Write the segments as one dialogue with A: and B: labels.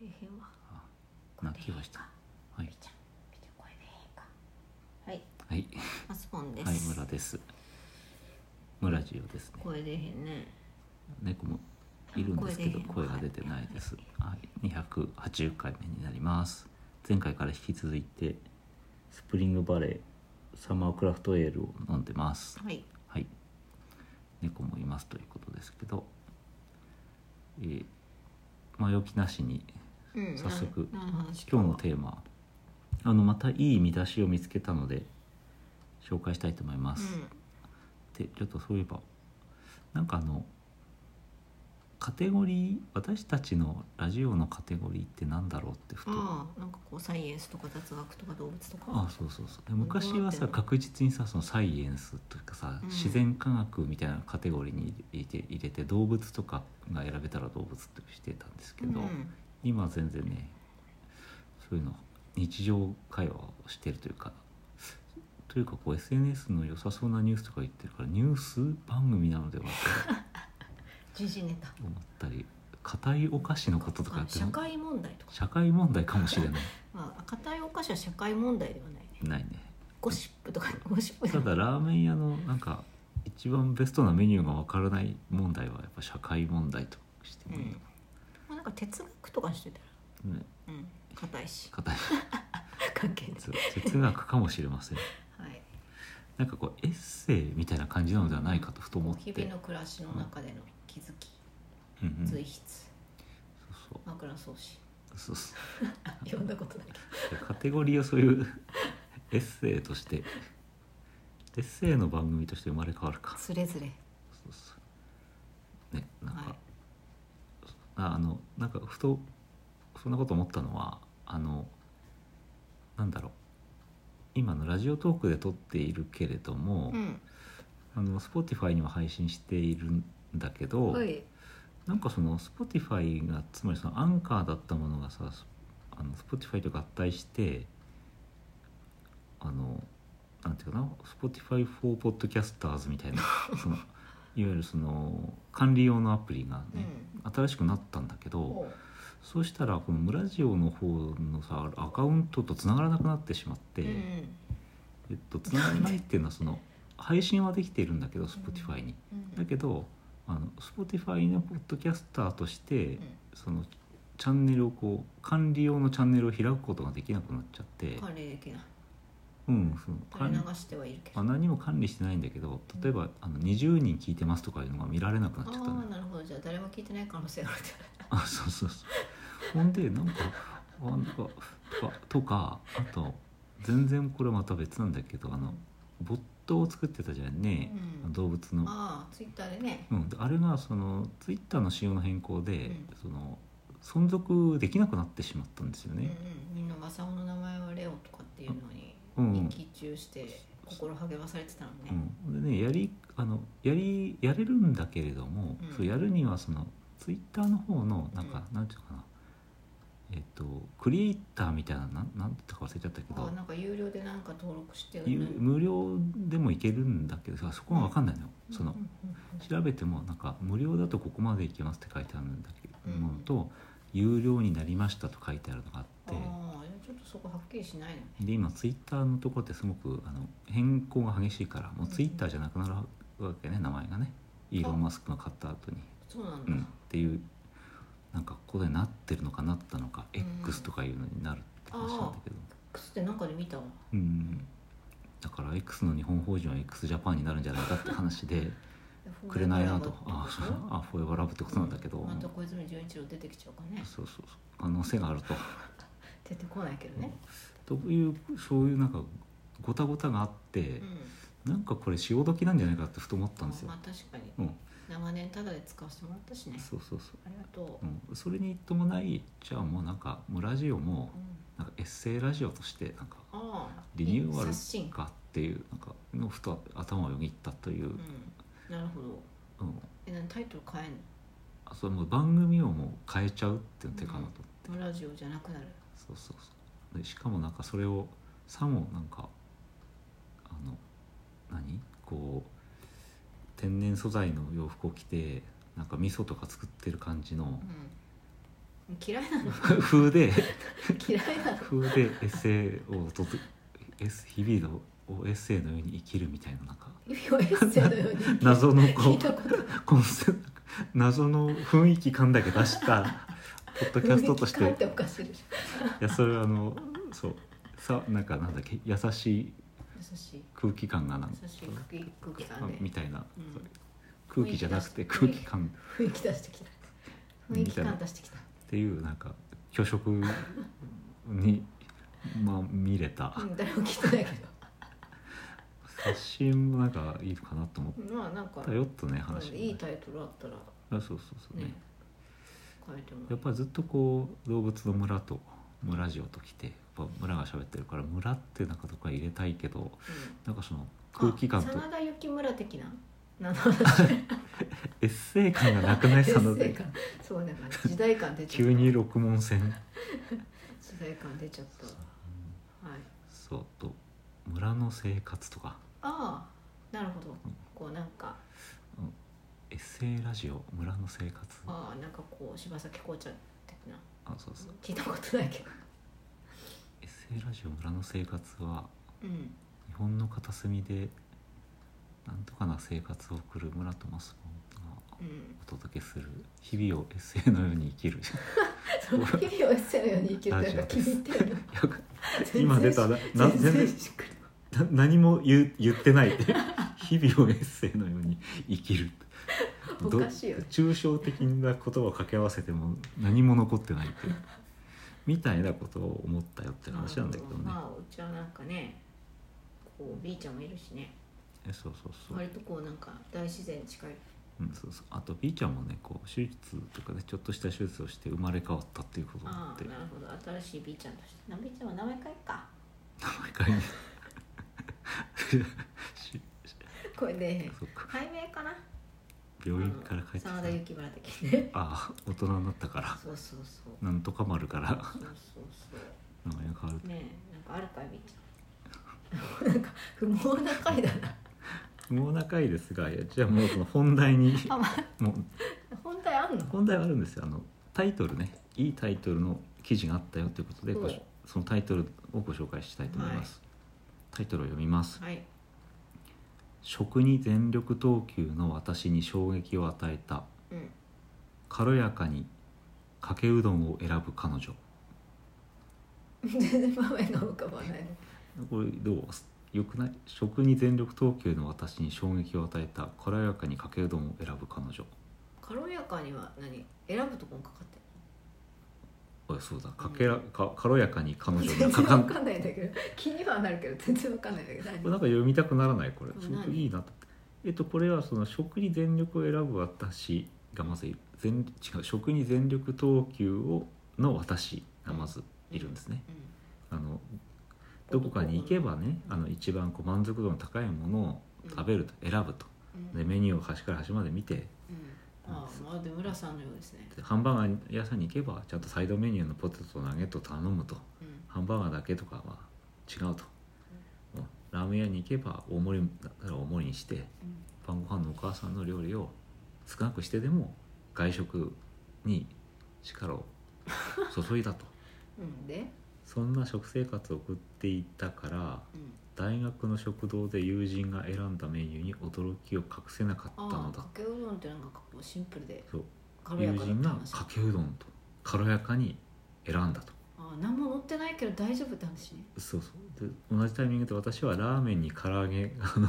A: れへんわ
B: 泣きはしたはい
A: ピちゃんピちゃんこれでええんかはい
B: はい
A: マスポンです、
B: はい村です村ジオですね
A: 声出へんね
B: 猫もいるんですけ
A: 声
B: ど声
A: 出へん
B: が出てないですはい280回目になります前回から引き続いてスプリングバレーサマークラフトエールを飲んでます
A: はい
B: はい猫もいますということですけどえー前置きなしに
A: うん
B: 早速
A: 何何話
B: 今日のテーマあのまたいい見出しを見つけたので紹介したいと思います、でちょっとそういえばなんかあのカテゴリー私たちのラジオのカテゴリーってなんだろうってふ
A: う
B: と
A: んああなんかこうサイエンスとか雑学とか動物とか
B: あそうそうそうで昔はさ
A: どうなってんの
B: 確実にさそのサイエンスとかさ、
A: うん
B: 自然科学みたいなカテゴリーに入れて入れて動物とかが選べたら動物ってしてたんですけど、
A: うん
B: 今は全然ねそういうの日常会話をしてるというかというかこう SNS の良さそうなニュースとか言ってるからニュース番組なのではと
A: 時事ネタ
B: 思ったり硬いお菓子のこととかや
A: あ
B: って
A: 社
B: も
A: 会問題とか
B: 社会問題かもしれない
A: まあ硬いお菓子は社会問題ではないね
B: な いね
A: ゴシップとかゴシップ
B: ただラーメン屋のなんか一番ベストなメニューがわからない問題はやっぱ社会問題としてもいいのか
A: まあなんか哲学とかしてた
B: な、ね
A: らうん硬いし
B: 硬い
A: 関 係ない
B: 哲哲学かもしれません
A: はい
B: なんかこうエッセイみたいな感じなのではないかとふと思って
A: 日々の暮らしの中での気づき
B: うんうん
A: 随筆
B: そう
A: 枕草子
B: そうそうそう
A: 読んだことないけど
B: でカテゴリーをそういうエッセイとしてエッセイの番組として生まれ変わるかそ
A: つれづれ
B: うそうねなんか、
A: はい
B: ああのなんかふとそんなこと思ったのはあのなんだろう今のラジオトークで撮っているけれども、
A: うん
B: あの Spotify にも配信しているんだけど、
A: はい
B: なんかその Spotify がつまりそのアンカーだったものがさあの Spotify と合体してあのなんていうかな Spotify for Podcasters みたいな そのいわゆるその管理用のアプリがね、新しくなったんだけ
A: うん
B: ど
A: おう
B: そうしたらこのムラジオの方のさアカウントとつながらなくなってしまって、
A: うん
B: えっと、つながらないっていうのはその配信はできているんだけど Spotify に。
A: うん
B: だけどあの Spotify のポッドキャスターとして、そのチャンネルをこう管理用のチャンネルを開くことができなくなっちゃって、
A: うん管理できない
B: うん、その
A: 垂
B: 管
A: れ
B: 理
A: 流してはいるけど
B: まあ何も管理してないんだけど例えばあの20人聞いてますとかいうのが見られなくなっ
A: あ
B: ちゃったの
A: あなるほどじゃあ誰も聞いてない可能性があるって
B: あそうそうそうほんでなんかあなんかとかとかあと全然これまた別なんだけどあのボットを作ってたじゃん ね、
A: うん
B: 動物の
A: ああツイッターでね
B: うん、であれがそのツイッターの仕様の変更で、
A: ん
B: その存続できなくなってしまったんですよね。
A: うんうんみんなマサオの名前はレオとかっていうのに
B: うんうん
A: 日記中して心励まされてたのね
B: うんでねやりあのやりやれるんだけれども、
A: うん
B: そうやるにはそのツイッターの方のなんか、なんていうのかなえっとクリエイターみたいななんなんて言ったか忘れちゃったけ
A: あ
B: ど
A: あなんか有料でなんか登録してる
B: ゆ
A: ね
B: 無料でもいけるんだけどさそこが分かんないのよ。その
A: うんうんうん
B: 調べてもなんか無料だとここまでいけますって書いてあるんだけ
A: う
B: ど
A: ん
B: ものと、有料になりましたと書いてあるのがあって。
A: ああちょっとそこはっきりしないのね
B: で今ツイッターのところってすごくあの変更が激しいからもうツイッターじゃなくなるわけね名前がねイーロン・マスクが買った後に、
A: そうなん
B: う
A: だ、
B: ん、っていうなんかここでなってるのかなったのか
A: うん
B: X とかいうのになるって話なんだけど、
A: X ってなんかで見たわ
B: うん、だから X の日本法人は x ジャパンになるんじゃないかって話 でくれないなとあそうあフォーエバーラブってことなんだけど、
A: また小泉純一郎出てきちゃうかね
B: そうそうそう可能性があると。
A: 出てこないけどね、
B: というそういうなんかごたごたがあって。
A: うん、
B: なんかこれ潮時なんじゃないかってふと思ったんですよ
A: ま。あ確かに
B: うん、
A: 長年タダで使わせてもらったしね
B: そうそうそう。
A: ありがと
B: うん、それに伴いじゃあもうなんかもうラジオも
A: う、うん、
B: なんかエッセイラジオとしてなんか
A: ああ
B: リニューアル
A: 刷新
B: かっていうなんかのふと頭をよぎったとい
A: う
B: う、
A: ん、なるほど
B: うん、
A: え何タイトル変えんの
B: あそれもう番組をもう変えちゃうっていう手かなと思って、
A: もうラジオじゃなくなる
B: そうそうそうでしかもなんかそれをさもなんかあの何こう 天然素材の洋服を着てなんか味噌とか作ってる感じの、
A: うん嫌いな の
B: 風で
A: 嫌いなの
B: 風でエッセイをとつエッセイ日々のエッセイのように生きるみたいななんか
A: エッセイのように
B: 謎のこ
A: 聞いうたこと
B: コンセプト謎の雰囲気感だけ出したポッドキャストとして
A: 雰囲気感っ
B: い
A: おかしいでしょ
B: やそれはあのそうさなんかなんだっけ優しい
A: 優しい
B: 空気感がなんか
A: 優しい空気空気
B: あ
A: 感で
B: みたいな、
A: うん
B: そう空気じゃなくて
A: 雰
B: 空
A: 囲気出し
B: 気感
A: 雰囲気出してきた雰囲気感出してきた
B: っていうなんか虚飾 にまあ見れた
A: うん誰も聞いてないけ
B: 発信もなんかいいかなと思っ
A: どまあなんか
B: たよっとね話
A: いいタイトルあったら
B: あそうそうそうね
A: ね変えても
B: やっぱりずっとこう動物の村と村ジオと来てやっぱ村が喋ってるから村ってなんかとか入れたいけど
A: うん
B: なんかその空気感と
A: あ真田幸村的ななの話
B: エッセイ感がなく ないその
A: エッセイ感そうなんか時代感出ちゃった
B: 急に六門線
A: 時代感出ちゃったはい
B: そうと村の生活とか
A: ああなるほどこうなんか
B: エッセイラジオ村の生活あ
A: ああなんかこう柴咲コウちゃん的な
B: そうそう
A: 聞いたことないけど
B: エッセイラジオ村の生活は
A: うん
B: 日本の片隅でなんとかな生活を送る村とマスコンが
A: うん
B: お届けする日々をエッセイのように 生きる
A: その日 々をエッセイのように生きるってなんか気に入ってるの
B: いや今出たなな
A: 全
B: 全
A: 然
B: 然
A: しっくり
B: な何も言う言ってない 日々をエッセイのように生きる
A: おかしいよね
B: 抽象的な言葉を掛け合わせても何も残ってないっていうみたいなことを思ったよって話なんだけどね、
A: まあうちはなんかねこう B ちゃんもいるしね
B: えそうそうそう、
A: 割とこうなんか大自然に近い
B: うん、そうそうあと B ちゃんもねこう手術とかでちょっとした手術をして生まれ変わったっていうこと
A: あ
B: っ
A: あ
B: て
A: なるほど新しい B ちゃんとしてな B ちゃんは名前変えっか
B: 毎回ね し
A: これで
B: そうか
A: 解明かな
B: 病院から帰ってきた
A: あの真田幸村的ね
B: ああ大人になったから
A: そうそうそう
B: なんとか丸から
A: そうそうそ
B: 名前が変わる
A: うねえなんかあるかいみーちゃん なんか不毛な回 だな
B: もう仲いいですがいやじゃあもうその本題に
A: あま
B: もう
A: 本体あんの
B: 本題はあるんですよあのタイトルねいいタイトルの記事があったよということでごし
A: おう
B: そのタイトルをご紹介したいと思います、タイトルを読みます
A: はい
B: 「食に全力投球の私に衝撃を与えた
A: うん
B: 軽やかにかけうどんを選ぶ彼女
A: 全然場面が浮かばない」
B: これどうよくない食に全力投球の私に衝撃を与えた軽やかにかけうどんを選ぶ彼女
A: 軽やかには何選ぶとこにかかって
B: あそうだかけらか軽やかに彼女
A: 全
B: がか
A: 然
B: か
A: わ
B: んこ
A: かんないんだけど気にはなるけど全然わかんないんだけど
B: れなんか読みたくならないこれ
A: うん
B: すごくいいなとえっとこれはその食に全力を選ぶ私がまずいる全違う食に全力投球をの私がまずいるんですね、あのどこかに行けばねあの一番こう満足度の高いものを食べると選ぶと
A: うん
B: でメニューを端から端まで見て
A: うんああまあで村さんのようですね
B: でハンバーガー屋さんに行けばちゃんとサイドメニューのポテトとナゲットを頼むと
A: うん
B: ハンバーガーだけとかは違うと、うんラーメン屋に行けば大盛りだったら大盛りにして
A: うん
B: 晩ご飯のお母さんの料理を少なくしてでも外食に力を注い だと
A: うんで
B: そんな食生活を送っていたから
A: うん
B: 大学の食堂で友人が選んだメニューに驚きを隠せなかった
A: あ
B: の
A: あ
B: だ
A: かけうどんってなんかこうシンプルで
B: そう
A: 軽や
B: 友
A: かだっ
B: 人
A: た
B: が
A: 話
B: かけうどんと軽やかに選んだと
A: ああ何も乗ってないけど大丈夫って話ね
B: そうそうで同じタイミングで私はラーメンに唐揚げが乗 っ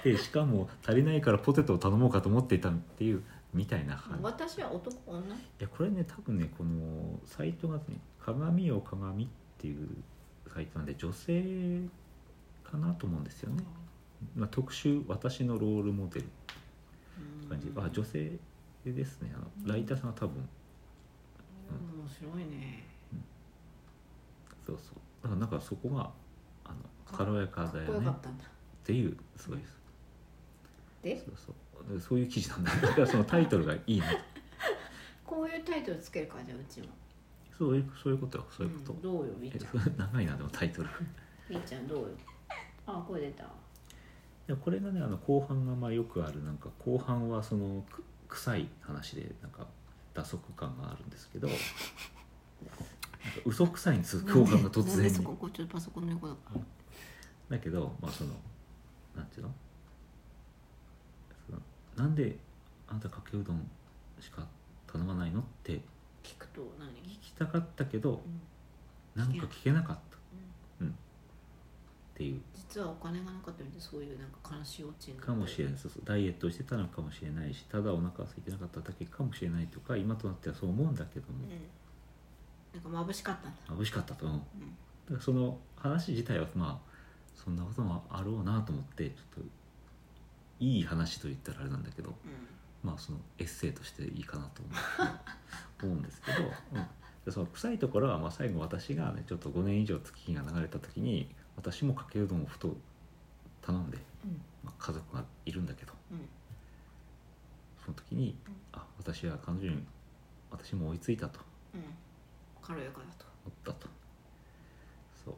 B: ていてしかも足りないからポテトを頼もうかと思っていたっていうみたいな感じい
A: 私は男女
B: やこれね多分ねこのサイトがね「鏡を鏡」っていうサイトなんで女性かなと思うんですよね、まあ、特集「私のロールモデル」
A: うん
B: 感じあ女性ですねあのライターさんは多分
A: 面白いね
B: そうそうだからなんかそこがあの軽や
A: か
B: かだ
A: っこ
B: よ
A: よ
B: ね
A: か
B: っ
A: ったんだ
B: ていうすごいです
A: で
B: そうそうそういう記事なんだだからそのタイトルがいいな
A: こういうタイトルつけるかじゃあうちも
B: そういうそういうことよそういうこと、
A: んどうよみー
B: え
A: ちゃん
B: それ長いなでもタイトル
A: みーちゃんどうよああ声出た
B: でもこれがねあの後半がまあよくあるなんか後半はそのく臭い話でなんか打足感があるんですけ どなんか嘘くさいんです共感が突
A: なんで
B: 然
A: そ
B: に
A: ここっちょっとパソコンの横だから
B: だけどまあそのなんていうのそのなんであなたかけうどんしか頼まないのって
A: 聞くと何、
B: 聞きたかったけど
A: うん
B: なんか聞けなかったっ
A: うん
B: ていう
A: 実はお金がなかったのでそういうなんか悲しいオチになった
B: か
A: り
B: もしれないそうそうダイエットしてたのかもしれないしただお腹が空いてなかっただけかもしれないとか今となってはそう思うんだけども
A: うん、なんか眩しかったんだ、
B: 眩しかったと思う
A: うん、
B: だからその話自体はまあそんなこともあろうなと思ってちょっといい話と言ったらあれなんだけど
A: う
B: まあそのエッセイとしていいかなと思う 思うんですけど、うんでその臭いところはまあ最後私がねちょっと5年以上月日が流れた時に私もかけうどんをふと頼んで、
A: ん
B: まあ、家族がいるんだけど
A: うん
B: その時に
A: うん
B: あ私は彼女に私も追いついたと
A: うん軽やかだと
B: 思ったとそうっ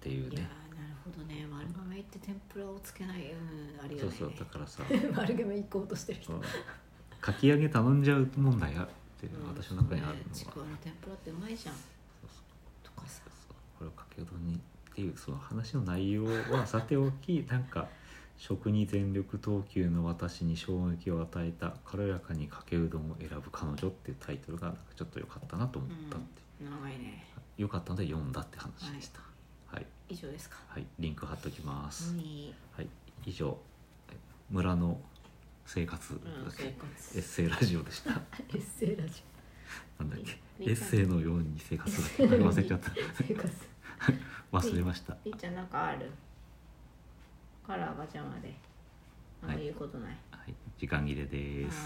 B: ていう
A: いや
B: ね
A: ーなるほどね丸亀行って天ぷらをつけないうんありが
B: そ
A: な
B: う
A: い
B: そう
A: ね
B: だからさ
A: 丸亀行こうとしてる人
B: その かき揚げ頼んじゃう問題がって
A: うん
B: 私の中に あるのが、
A: ねちくわの天ぷらってうまいじゃん
B: そうそう
A: とかさ
B: これをかけうどんにっていうその話の内容はさておきなんか食に全力投球の私に衝撃を与えた「軽やかにかけうどんを選ぶ彼女」っていうタイトルがなんかちょっと良かったなと思ったって、
A: 長いね
B: 良かったので読んだって話でしたはい、
A: 以上ですか
B: はいリンク貼っときます、
A: はい
B: はい、以上え村の生活、
A: うん生活
B: エッセイラジオ でした
A: エッセイラジ
B: なんだっけ
A: リン
B: エッセイのように生活だっけ忘れちゃった
A: オ 生活
B: 忘れました
A: りーちゃんなんかあるカラーが邪魔であんま言うことない、
B: はい、時間切れです。